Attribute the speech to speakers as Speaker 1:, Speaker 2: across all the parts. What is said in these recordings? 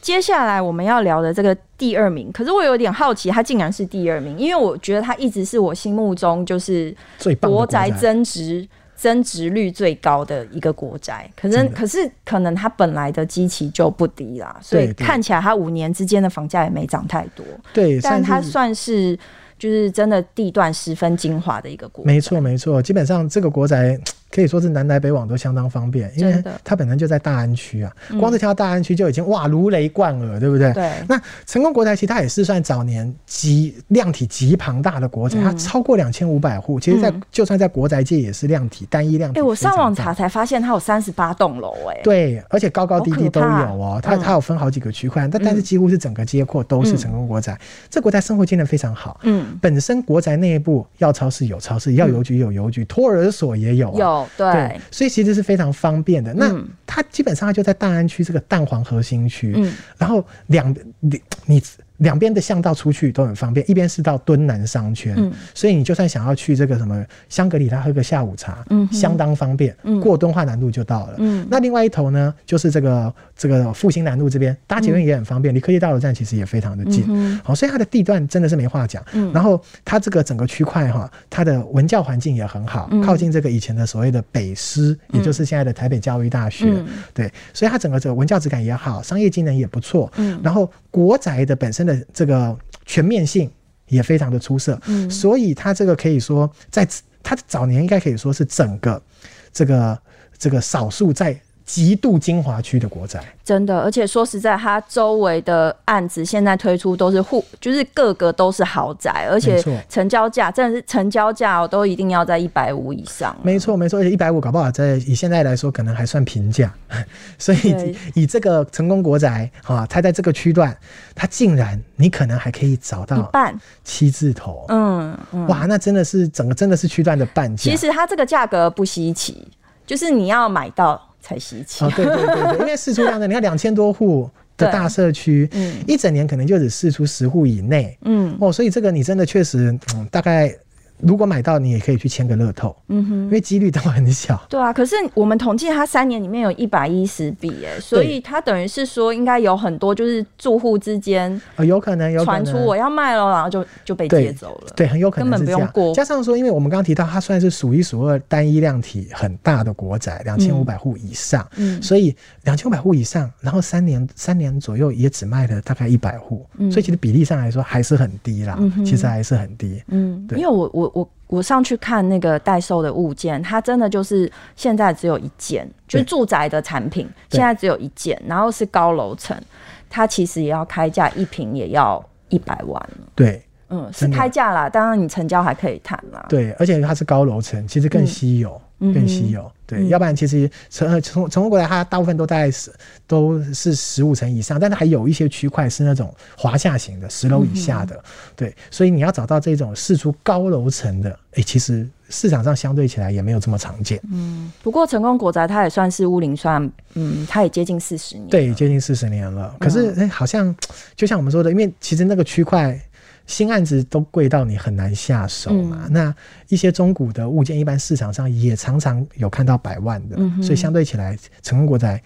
Speaker 1: 接下来我们要聊的这个第二名，可是我有点好奇，他竟然是第二名，因为我觉得他一直是我心目中就是
Speaker 2: 最棒的
Speaker 1: 国
Speaker 2: 国
Speaker 1: 宅
Speaker 2: 宅
Speaker 1: 增值增值率最高的一个国宅，可是
Speaker 2: 真的
Speaker 1: 可是可能它本来的基期就不低啦，所以
Speaker 2: 对对
Speaker 1: 看起来它五年之间的房价也没涨太多，
Speaker 2: 对，
Speaker 1: 但它
Speaker 2: 算是
Speaker 1: 算是就是真的地段十分精华的一个国宅，
Speaker 2: 没错没错，基本上这个国宅可以说是南来北往都相当方便，因为
Speaker 1: 真的嗯
Speaker 2: 它本身就在大安区啊，光是挑大安区就已经哇如雷贯耳，对不对？
Speaker 1: 对
Speaker 2: 那成功国宅其实它也是算早年极量体极庞大的国宅，它超过两千五百户，其实在、
Speaker 1: 嗯
Speaker 2: 就算在国宅界也是量体单一量
Speaker 1: 哎、
Speaker 2: 体。
Speaker 1: 我上网查。才发现它有三十八栋楼，哎，
Speaker 2: 对，而且高高低低都有
Speaker 1: 好
Speaker 2: 哦，
Speaker 1: 可怕啊嗯
Speaker 2: 它它有分好几个区块，但但是几乎是整个街廓都是成功国宅。这国宅生活机能非常好，
Speaker 1: 嗯，
Speaker 2: 本身国宅内部要超市有超市，要邮局有邮局，托儿所也有、啊，
Speaker 1: 嗯有对，
Speaker 2: 对，所以其实是非常方便的。那
Speaker 1: 嗯
Speaker 2: 它基本上它就在大安区这个蛋黄核心区，
Speaker 1: 嗯
Speaker 2: 然后两你你两边的巷道出去都很方便，一边是到敦南商圈，
Speaker 1: 嗯
Speaker 2: 所以你就算想要去这个什么香格里拉喝个下午茶，
Speaker 1: 嗯哼
Speaker 2: 相当方便，
Speaker 1: 嗯
Speaker 2: 过敦化南路就到了。
Speaker 1: 嗯
Speaker 2: 那另外一头呢，就是这个这个复兴南路这边搭捷运也很方便，离科技大楼站其实也非常的近。
Speaker 1: 嗯
Speaker 2: 哦好，所以它的地段真的是没话讲。
Speaker 1: 嗯
Speaker 2: 然后它这个整个区块哈，它的文教环境也很好，
Speaker 1: 嗯
Speaker 2: 靠近这个以前的所谓的北师，
Speaker 1: 嗯
Speaker 2: 也就是现在的台北教育大学。
Speaker 1: 嗯
Speaker 2: 对，所以它整个这个文教质感也好，商业机能也不错。
Speaker 1: 嗯
Speaker 2: 然后国宅的本身的这个全面性也非常的出色。
Speaker 1: 嗯
Speaker 2: 所以它这个可以说在它早年应该可以说是整个这个这个少数在极度精华区的国宅。
Speaker 1: 真的，而且说实在，它周围的案子现在推出都是户，就是各个都是豪宅，而且
Speaker 2: 没错
Speaker 1: 成交价真的是成交价、哦、都一定要在一百五以上。
Speaker 2: 没错，没错，而且一百五搞不好在以现在来说，可能还算平价， 所
Speaker 1: 对
Speaker 2: 以以这个成功国宅啊，它在这个区段，它竟然你可能还可以找
Speaker 1: 一
Speaker 2: 到
Speaker 1: 半，
Speaker 2: 七字头，
Speaker 1: 嗯嗯，
Speaker 2: 哇，那真的是整个真的是区段的半价。
Speaker 1: 其实它这个价格不稀奇，就是你要买到才稀奇。
Speaker 2: 啊，对对对对，因为市出量呢，你看两千多户的大社区，
Speaker 1: 嗯
Speaker 2: 一整年可能就只试出十户以内，
Speaker 1: 嗯
Speaker 2: 哦，所以这个你真的确实，嗯，大概如果买到，你也可以去签个乐透，
Speaker 1: 嗯哼，
Speaker 2: 因为几率都很小。
Speaker 1: 对啊。可是我们统计它三年里面有一百一十笔，哎，所以它等于是说应该有很多就是住户之间
Speaker 2: 啊，有可能，有可
Speaker 1: 传
Speaker 2: 能
Speaker 1: 出我要卖了，然后就就被
Speaker 2: 对
Speaker 1: 借走了。
Speaker 2: 对，很有可
Speaker 1: 根本
Speaker 2: 能是
Speaker 1: 不
Speaker 2: 这
Speaker 1: 用
Speaker 2: 样
Speaker 1: 过。
Speaker 2: 加上说，因为我们刚刚提到，它算是数一数二单一量体很大的国宅，两千五百户以上，
Speaker 1: 嗯
Speaker 2: 所以两千五百户以上，然后三年三年左右也只卖了大概一百户，所以其实比例上来说还是很低啦，
Speaker 1: 嗯嗯哼
Speaker 2: 其实还是很低。
Speaker 1: 嗯，因
Speaker 2: 对
Speaker 1: 为我我我我上去看那个代售的物件，它真的就是现在只有一件，就是
Speaker 2: 对
Speaker 1: 住宅的产品，
Speaker 2: 对
Speaker 1: 现在只有一件，然后是高楼层，它其实也要开价，一平也要一百万，
Speaker 2: 对
Speaker 1: 嗯，是
Speaker 2: 真的
Speaker 1: 开价啦，当然你成交还可以谈啦，
Speaker 2: 对，而且它是高楼层，其实更稀有，
Speaker 1: 啊嗯
Speaker 2: 更稀有。对，要不然其实成呃成成功国宅它大部分都在十都是十五层以上，但是还有一些区块是那种华夏型的十楼以下
Speaker 1: 嗯
Speaker 2: 的。对，所以你要找到这种试出高楼层的，哎、其实市场上相对起来也没有这么常见。
Speaker 1: 不过成功国宅它也算是乌林算，嗯，它也接近四十年，，
Speaker 2: 对，接近四十年了。可是哎、诶好像就像我们说的，因为其实那个区块。新案子都贵到你很难下手嘛，那一些中古的物件，一般市场上也常常有看到百万的，
Speaker 1: 嗯哼
Speaker 2: 所以相对起来，成功国宅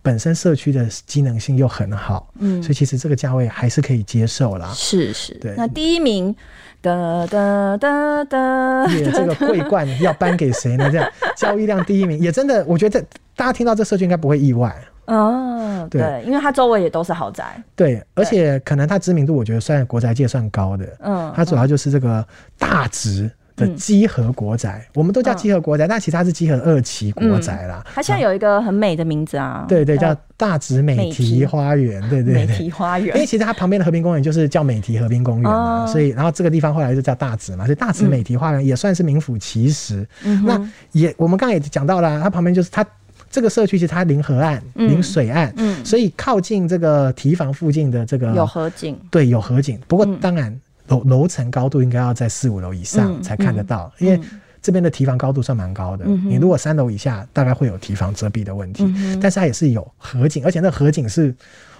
Speaker 2: 本身社区的机能性又很好，
Speaker 1: 嗯
Speaker 2: 所以其实这个价位还是可以接受 啦。
Speaker 1: 是是
Speaker 2: 对，
Speaker 1: 那第一名，哒哒哒哒，
Speaker 2: 也这个桂冠要颁给谁呢？这样交易量第一名，也真的，我觉得大家听到这社区应该不会意外。
Speaker 1: 嗯，
Speaker 2: 对
Speaker 1: 对，因为它周围也都是豪宅，
Speaker 2: 对，而且可能它知名度，我觉得算国宅界算高的。
Speaker 1: 嗯，
Speaker 2: 它主要就是这个大直的集合国宅，我们都
Speaker 1: 嗯
Speaker 2: 叫集合国宅，但其实它是集合二期国宅啦。
Speaker 1: 它现在有一个很美的名字啊，
Speaker 2: 对对，叫大直美堤花园，对对
Speaker 1: 美
Speaker 2: 对
Speaker 1: 堤。花
Speaker 2: 因为
Speaker 1: 园。
Speaker 2: 其实它旁边的和平公园就是叫美堤和平公园嘛，
Speaker 1: 哦嗯
Speaker 2: 所以然后这个地方后来就叫大直嘛，所以大直美堤花园也算是名副其实。那也我们刚刚也讲到啦，它旁边就是它这个社区，其实它临河岸、
Speaker 1: 嗯
Speaker 2: 临水岸，
Speaker 1: 嗯
Speaker 2: 所以靠近这个堤防附近的这个
Speaker 1: 有河景，
Speaker 2: 对，有河景，不过当然楼楼层高度应该要在四五楼以上
Speaker 1: 嗯
Speaker 2: 才看得到，因为这边的提防高度算蛮高的。你如果三楼以下，大概会有提防遮蔽的问题，
Speaker 1: 嗯
Speaker 2: 但是它也是有河景，而且那河景是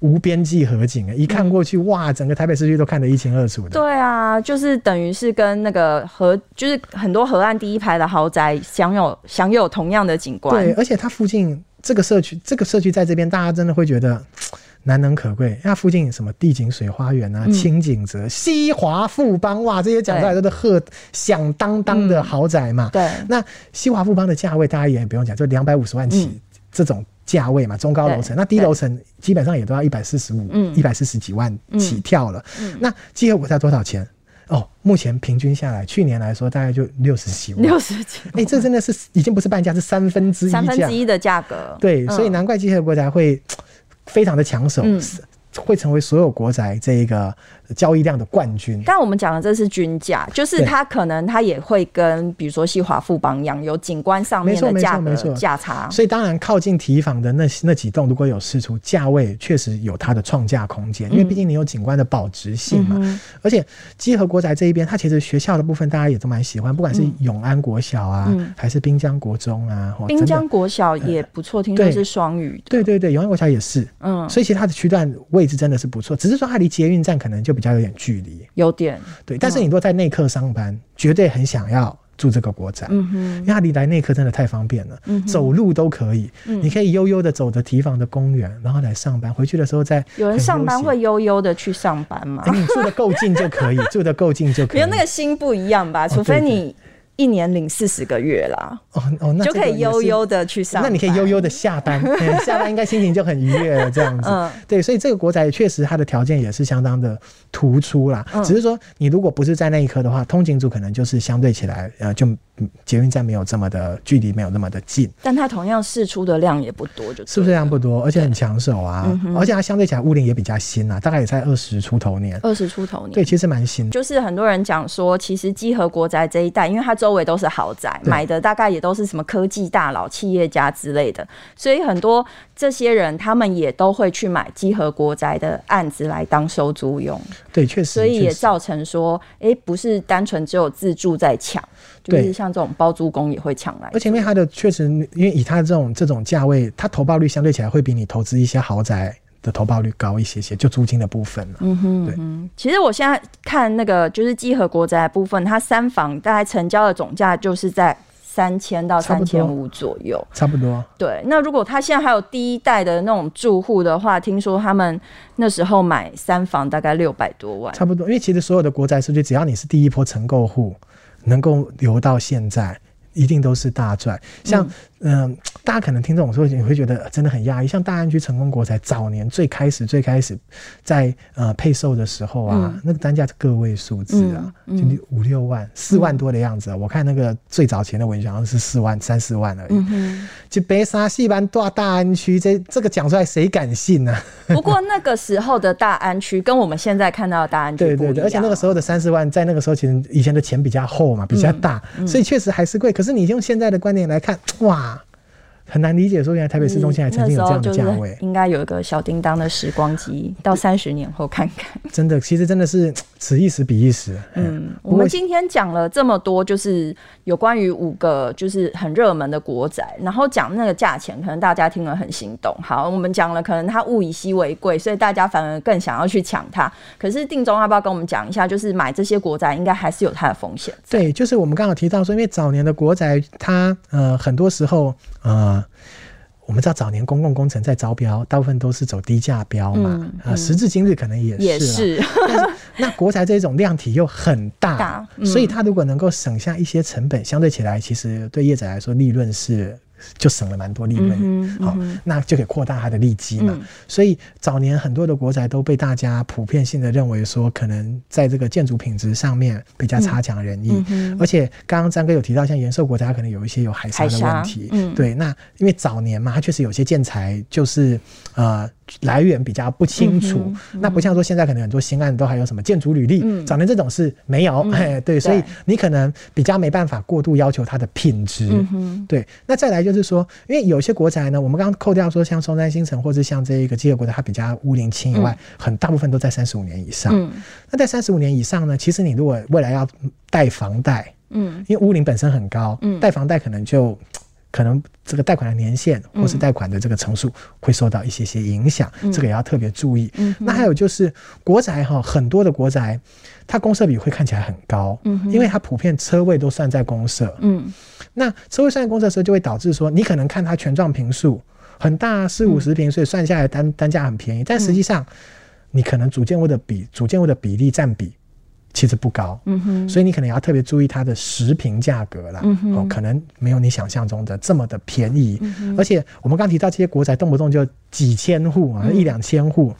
Speaker 2: 无边际河景啊
Speaker 1: 嗯
Speaker 2: 的，一看过去，哇，整个台北市区都看得一清二楚的。
Speaker 1: 对啊，就是等于是跟那个河，就是很多河岸第一排的豪宅享有享有同样的景观。
Speaker 2: 对，而且它附近这个社区，这个社区在这边，大家真的会觉得。难能可贵。那附近什么地景水花园啊、
Speaker 1: 嗯
Speaker 2: 清景泽、西华富邦，哇，这些讲出来都是赫响当当
Speaker 1: 嗯
Speaker 2: 的豪宅嘛。
Speaker 1: 对
Speaker 2: 那西华富邦的价位大家也不用讲，就两百五十万起、这种价位嘛，中高楼
Speaker 1: 嗯
Speaker 2: 层。
Speaker 1: 对嗯
Speaker 2: 那低楼层基本上也都要一百四十五、一百四十几万起跳了。那集合国才多少钱？哦，目前平均下来，去年来说大概就六十几万。
Speaker 1: 六十几，
Speaker 2: 哎、这真的是已经不是半价，是三分之一价。
Speaker 1: 三分之一的价格，
Speaker 2: 对，
Speaker 1: 嗯
Speaker 2: 所以难怪集合国宅会非常的抢手，是会成为所有国宅这一个交易量的冠军。
Speaker 1: 但我们讲的这是均价，就是
Speaker 2: 对
Speaker 1: 它可能它也会跟比如说西华富邦一样，有景观上面
Speaker 2: 没错
Speaker 1: 的
Speaker 2: 没
Speaker 1: 价
Speaker 2: 错没
Speaker 1: 格
Speaker 2: 错
Speaker 1: 价差。
Speaker 2: 所以当然，靠近提房的那那几栋，如果有试出，价位确实有它的创价空间，因
Speaker 1: 嗯
Speaker 2: 为毕竟你有景观的保值性嘛。哦而且基和国宅这一边，它其实学校的部分大家也都蛮喜欢，不管
Speaker 1: 嗯
Speaker 2: 是永安国小啊，还是滨江国中啊，哦
Speaker 1: 滨。江
Speaker 2: 真的
Speaker 1: 国小也不错，听说
Speaker 2: 对
Speaker 1: 是双语的。
Speaker 2: 对对对，永安国小也是，
Speaker 1: 嗯，
Speaker 2: 所以其实它的区段位置真的是不错，只是说它离捷运站可能就比较有点距离。
Speaker 1: 有点，
Speaker 2: 对，
Speaker 1: 嗯
Speaker 2: 但是你如果在内科上班，绝对很想要住这个国宅，
Speaker 1: 嗯哼，
Speaker 2: 因为它离来内科真的太方便了，
Speaker 1: 嗯哼嗯
Speaker 2: 走路都可以，你可以悠悠的走着提防的公园，然后来上班，回去的时候再
Speaker 1: 有人
Speaker 2: 很
Speaker 1: 上
Speaker 2: 悠
Speaker 1: 班
Speaker 2: 闲。
Speaker 1: 会悠悠的去上班吗
Speaker 2: 哎？你住的够近 就可以，住的够近就可
Speaker 1: 没
Speaker 2: 以。
Speaker 1: 有那个心不一样吧？除非你一年领四十个月啦，
Speaker 2: 哦哦，那
Speaker 1: 就
Speaker 2: 这个
Speaker 1: 可以
Speaker 2: 也
Speaker 1: 悠
Speaker 2: 是
Speaker 1: 悠的去上
Speaker 2: 那
Speaker 1: 班。
Speaker 2: 你可以悠悠的下 班，嗯下班应该心情就很愉悦了，这样子。
Speaker 1: 嗯
Speaker 2: 对，所以这个国宅确实它的条件也是相当的突出啦。
Speaker 1: 嗯
Speaker 2: 只是说你如果不是在那一刻的话，通勤族可能就是相对起来，呃，就嗯捷运站没有这么的距离，没有那么的近，
Speaker 1: 但它同样试出的量也不多，就是
Speaker 2: 不是这样不多，而且很抢手啊，
Speaker 1: 嗯
Speaker 2: 而且它相对起来屋龄也比较新啊，大概也才二十出头年。
Speaker 1: 二十出头年。
Speaker 2: 对，其实蛮新的。
Speaker 1: 就是很多人讲说，其实基和国宅这一带，因为它周围都是豪宅，
Speaker 2: 对
Speaker 1: 买的大概也都是什么科技大佬、企业家之类的，所以很多这些人他们也都会去买基和国宅的案子来当收租用，
Speaker 2: 对，确实。
Speaker 1: 所以也
Speaker 2: 确实
Speaker 1: 造成说，诶，不是单纯只有自住在抢，就是
Speaker 2: 对
Speaker 1: 像这种包租公也会抢来
Speaker 2: 而。且因为它的确实，因为以它这种这种价位，它投报率相对起来会比你投资一些豪宅的投报率高一些些，就租金的部分了。嗯哼，对，
Speaker 1: 其实我现在看那个就是基和国宅的部分，它三房大概成交的总价就是在三千到
Speaker 2: 差
Speaker 1: 三
Speaker 2: 不多
Speaker 1: 千五左右。
Speaker 2: 差不多。
Speaker 1: 对，那如果他现在还有第一代的那种住户的话，听说他们那时候买三房大概六百多万，
Speaker 2: 差不多，因为其实所有的国宅数据，只要你是第一波承购户，能够留到现在，一定都是大赚。像嗯、大家可能听这种说，你会觉得呃真的很压抑。像大安区成功国宅早年最开始最开始在呃配售的时候啊，那个单价是个位数字啊，就六五六万、四万多的样子啊、我看那个最早前的文章是四万、三四万而已。
Speaker 1: 嗯
Speaker 2: 就白沙戏班大大安区，这这个讲出来谁敢信呢、啊？
Speaker 1: 不过那个时候的大安区跟我们现在看到的大安区
Speaker 2: 对
Speaker 1: 不一
Speaker 2: 对
Speaker 1: 样，啊
Speaker 2: 对，而且那个时候的三十万，在那个时候其实以前的钱比较厚
Speaker 1: 嗯
Speaker 2: 嘛，比较大，所以确实还是贵。可是你用现在的观点来看，哇，很难理解说原来台北市中心还曾经有这样的价
Speaker 1: 嗯那时候
Speaker 2: 位
Speaker 1: 就是，应该有一个小叮当的时光机，到三十年后看看。
Speaker 2: 真的，其实真的是此一时彼一时。嗯，
Speaker 1: 我们今天讲了这么多，就是有关于五个就是很热门的国宅，然后讲那个价钱，可能大家听了很心动。好，我们讲了，可能它物以稀为贵，所以大家反而更想要去抢它。可是定中要不要跟我们讲一下，就是买这些国宅应该还是有它的风险？
Speaker 2: 对，就是我们刚好提到说，因为早年的国宅，它呃很多时候呃。我们知道早年公共工程在招标，大部分都是走低价标嘛，啊、时至今日可能也是
Speaker 1: 嗯
Speaker 2: 啦啊
Speaker 1: 也是，
Speaker 2: 但是 那国宅这种量体又很大，
Speaker 1: 大
Speaker 2: 所以它如果能够省下一些成本，相对起来，其实对业者来说利润是。就省了蛮多利
Speaker 1: 嗯
Speaker 2: 润，好、那就可以扩大它的利基嘛。所以早年很多的国宅都被大家普遍性的认为说，可能在这个建筑品质上面比较差强人
Speaker 1: 嗯
Speaker 2: 意。而且刚刚张哥有提到，像延寿国宅它可能有一些有海沙的
Speaker 1: 海沙
Speaker 2: 问题，
Speaker 1: 嗯
Speaker 2: 对。那因为早年嘛，它确实有些建材就是呃来源比较不清楚，
Speaker 1: 嗯
Speaker 2: 那不像说现在可能很多新案都还有什么建筑履历，早年这种是没有，
Speaker 1: 嗯
Speaker 2: 哎，对，所以你可能比较没办法过度要求它的品
Speaker 1: 嗯
Speaker 2: 质。对，那再来就是说，因为有些国宅呢，我们刚刚扣掉说像松山新城或者像这一个基尔国宅，它比较屋龄轻以外，
Speaker 1: 嗯
Speaker 2: 很大部分都在三十五年以上。那在三十五年以上呢，其实你如果未来要贷房贷，
Speaker 1: 嗯，
Speaker 2: 因为屋龄本身很高，贷房贷可能就。可能这个贷款的年限或是贷款的这个成数会受到一些些影响，这个也要特别注意。
Speaker 1: 嗯
Speaker 2: 那还有就是国宅哈，很多的国宅，它公社比会看起来很高，因为它普遍车位都算在公社，
Speaker 1: 嗯，
Speaker 2: 那车位算在公社的时候，就会导致说你可能看它全幢平数。很大，四五十平，所以算下来单单价很便宜。但实际上，你可能主建物的比主建物的比例占比其实不高，嗯哼，所以你可能要特别注意它的实平价格啦，嗯哦，可能没有你想象中的这么的便宜。
Speaker 1: 嗯
Speaker 2: 而且我们刚提到这些国宅，动不动就几千户啊，一两千户。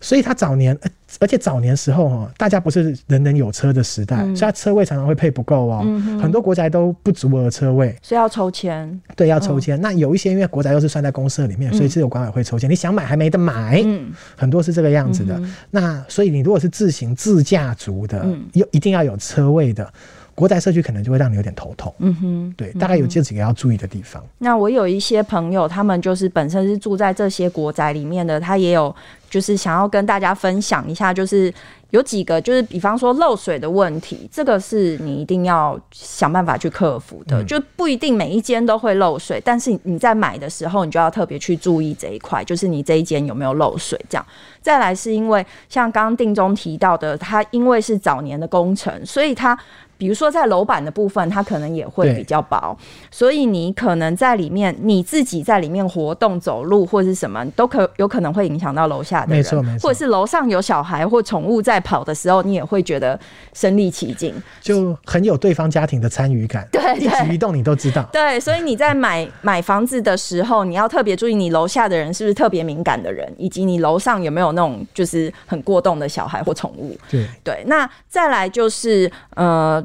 Speaker 2: 所以他早年，呃而且早年时候哦，大家不是人人有车的时代，所以他车位常常会配不够哦，很多国宅都不足额车位，
Speaker 1: 嗯所以要抽签。
Speaker 2: 对，要抽签。那有一些因为国宅又是算在公社里面，所以是有管委会抽签，你想买还没得买，
Speaker 1: 嗯
Speaker 2: 很多是哎这个样子的。那所以你如果是自行自驾族的，
Speaker 1: 嗯
Speaker 2: 又一定要有车位的。国宅社区可能就会让你有点头痛，嗯哼，对，大概有这几个要注意的地方。
Speaker 1: 那我有一些朋友，他们就是本身是住在这些国宅里面的，他也有就是想要跟大家分享一下，就是有几个就是比方说漏水的问题，这个是你一定要想办法去克服的，就不一定每一间都会漏水，但是你在买的时候，你就要特别去注意这一块，就是你这一间有没有漏水这样。再来是因为像刚刚定中提到的，它因为是早年的工程，所以它比如说在楼板的部分，它可能也会
Speaker 2: 对
Speaker 1: 比较薄，所以你可能在里面你自己在里面活动、走路或是什么，都可有可能会影响到楼下的人，
Speaker 2: 没错没错
Speaker 1: 或者是楼上有小孩或宠物在跑的时候，你也会觉得身临其境。
Speaker 2: 就很有对方家庭的参与感，
Speaker 1: 对对
Speaker 2: 一举一动你都知道。
Speaker 1: 对，所以你在买 买房子的时候，你要特别注意你楼下的人是不是特别敏感的人，以及你楼上有没有那种就是很过动的小孩或宠物。
Speaker 2: 对，
Speaker 1: 对，那再来就是呃。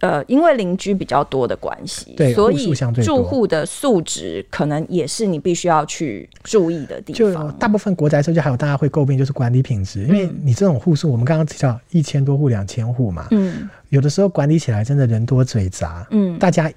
Speaker 1: 呃，因为邻居比较多的关系，
Speaker 2: 对
Speaker 1: 所
Speaker 2: 户数
Speaker 1: 以
Speaker 2: 相对多
Speaker 1: 住户的素质可能也是你必须要去注意的地
Speaker 2: 就
Speaker 1: 方。
Speaker 2: 大部分国宅社区还有大家会诟病就是管理品质，因为你这种户数，我们刚刚提到一千多户、两千户嘛，
Speaker 1: 嗯
Speaker 2: 有的时候管理起来真的人多嘴杂，
Speaker 1: 嗯，
Speaker 2: 大家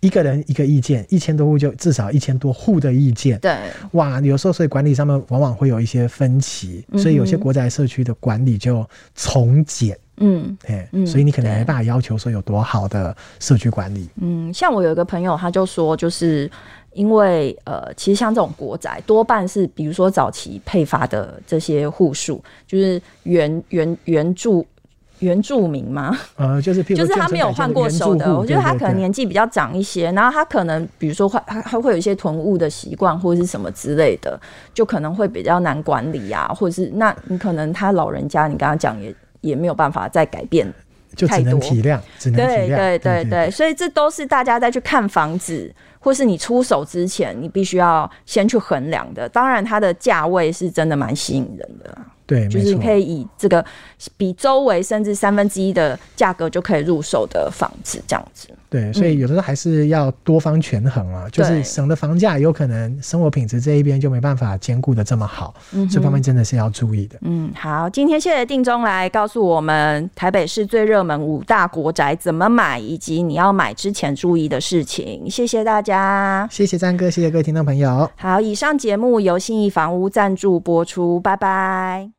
Speaker 2: 一个人一个意见，一千多户就至少一千多户的意见，
Speaker 1: 对，
Speaker 2: 哇，有时候所以管理上面往往会有一些分歧，
Speaker 1: 嗯
Speaker 2: 所以有些国宅社区的管理就从简。
Speaker 1: 嗯
Speaker 2: 哎
Speaker 1: 嗯，
Speaker 2: 所以你可能
Speaker 1: 对
Speaker 2: 没办法要求说有多好的社区管理，
Speaker 1: 嗯，像我有一个朋友，他就说，就是因为呃，其实像这种国宅，多半是比如说早期配发的这些户数，就是原原原住原住民嘛，
Speaker 2: 呃，就是譬如
Speaker 1: 就
Speaker 2: 说
Speaker 1: 是他没有换过手
Speaker 2: 原住
Speaker 1: 的，
Speaker 2: 户
Speaker 1: 我觉得他
Speaker 2: 对对
Speaker 1: 可能
Speaker 2: 对
Speaker 1: 年纪比较长一些，然后他可能比如说会他他会有一些囤物的习惯或者是什么之类的，就可能会比较难管理啊，或者是那你可能他老人家，你跟他讲也也没有办法再改变
Speaker 2: 就只能
Speaker 1: 太多
Speaker 2: 体谅，只能
Speaker 1: 对
Speaker 2: 体谅，
Speaker 1: 对对对，所以这都是大家在去看房子或是你出手之前，你必须要先去衡量的。当然，它的价位是真的蛮吸引人的啊，
Speaker 2: 对，
Speaker 1: 就
Speaker 2: 没
Speaker 1: 是
Speaker 2: 错
Speaker 1: 你可以以这个比周围甚至三分之一的价格就可以入手的房子这样子。
Speaker 2: 对，所以有的时候还是要多方权衡啊，就是
Speaker 1: 嗯对
Speaker 2: 省的房价有可能生活品质这一边就没办法兼顾的这么好，这方面真的是要注意的。
Speaker 1: 嗯，好，今天谢谢定中来告诉我们台北市最热门五大国宅怎么买，以及你要买之前注意的事情。谢谢大家。
Speaker 2: 谢谢张哥，谢谢各位听众朋友。
Speaker 1: 好，以上节目由信义房屋赞助播出，拜拜。